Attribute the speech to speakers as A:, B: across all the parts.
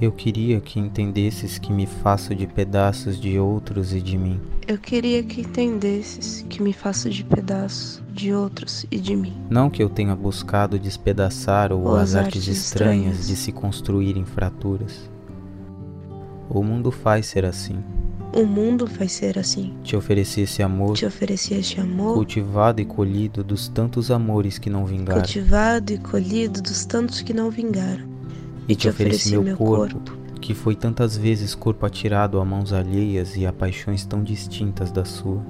A: Eu queria que entendesses que me faço de pedaços de outros e de mim.
B: Eu queria que entendesses que me faço de pedaços de outros e de mim.
A: Não que eu tenha buscado despedaçar ou,
B: Ou
A: as
B: as
A: artes
B: artes
A: estranhas
B: estranhas.
A: de se construir em fraturas. O mundo faz ser assim.
B: O mundo faz ser assim.
A: Te ofereci esse amor,
B: Te ofereci este amor,
A: cultivado e colhido dos tantos amores que não vingaram.
B: cultivado e colhido dos tantos que não vingaram.
A: E te ofereci meu corpo, que foi tantas vezes corpo atirado a mãos alheias e a paixões tão distintas da sua.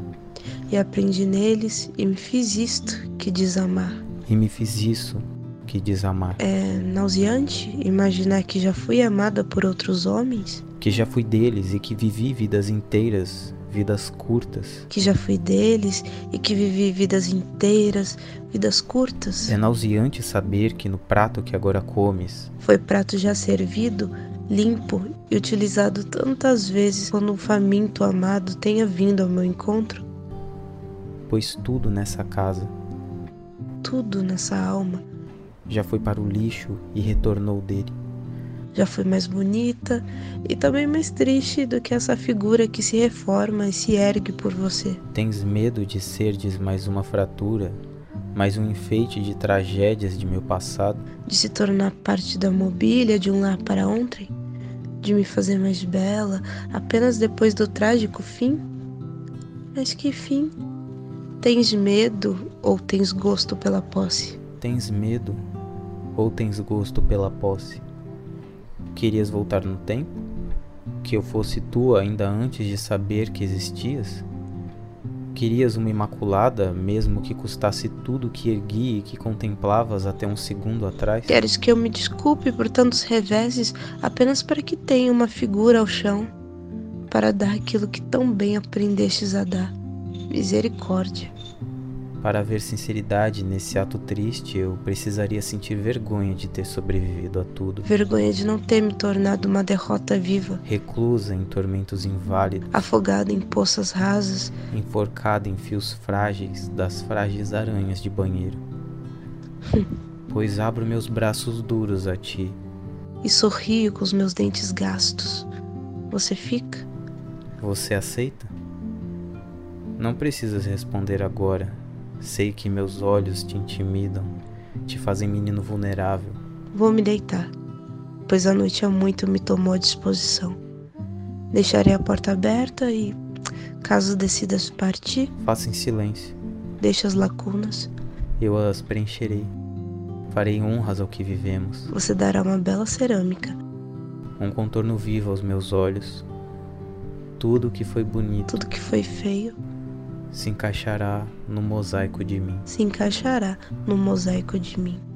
B: e aprendi neles e me fiz isto que diz amar.
A: E me fiz isso, que diz amar.
B: É nauseante imaginar que já fui amada por outros homens,
A: Que já fui deles e que vivi vidas inteiras, vidas curtas.
B: que já fui deles e que vivi vidas inteiras, vidas curtas.
A: É nauseante saber que no prato que agora comes,
B: Foi prato já servido, limpo e utilizado tantas vezes quando um faminto amado tenha vindo ao meu encontro.
A: pois tudo nessa casa
B: Tudo nessa alma
A: já foi para o lixo e retornou dele.
B: já foi mais bonita e também mais triste do que essa figura que se reforma e se ergue por você.
A: Tens medo de serdes mais uma fratura, mais um enfeite de tragédias de meu passado?
B: de se tornar parte da mobília de um lar para ontem, de me fazer mais bela apenas depois do trágico fim? Mas que fim? Tens medo ou tens gosto pela posse?
A: Tens medo ou tens gosto pela posse? Querias voltar no tempo? Que eu fosse tua ainda antes de saber que existias? Querias uma imaculada, mesmo que custasse tudo que ergui e que contemplavas até um segundo atrás?
B: Queres que eu me desculpe por tantos reveses apenas para que tenha uma figura ao chão, para dar aquilo que tão bem aprendestes a dar? Misericórdia.
A: Para haver sinceridade nesse ato triste, eu precisaria sentir vergonha de ter sobrevivido a tudo,
B: Vergonha de não ter me tornado uma derrota viva,
A: reclusa em tormentos inválidos,
B: afogada em poças rasas,
A: enforcada em fios frágeis das frágeis aranhas de banheiro. pois abro meus braços duros a ti,
B: e sorrio com os meus dentes gastos. Você fica?
A: você aceita? Não precisas responder agora. Sei que meus olhos te intimidam, te fazem menino vulnerável.
B: Vou me deitar, pois a noite há muito me tomou à disposição. Deixarei a porta aberta e, caso decidas partir,
A: Faça em silêncio,
B: deixe as lacunas.
A: eu as preencherei. Farei honras ao que vivemos.
B: Você dará uma bela cerâmica.
A: um contorno vivo aos meus olhos. Tudo que foi bonito
B: Tudo que foi feio
A: se encaixará no mosaico de mim.
B: se encaixará no mosaico de mim.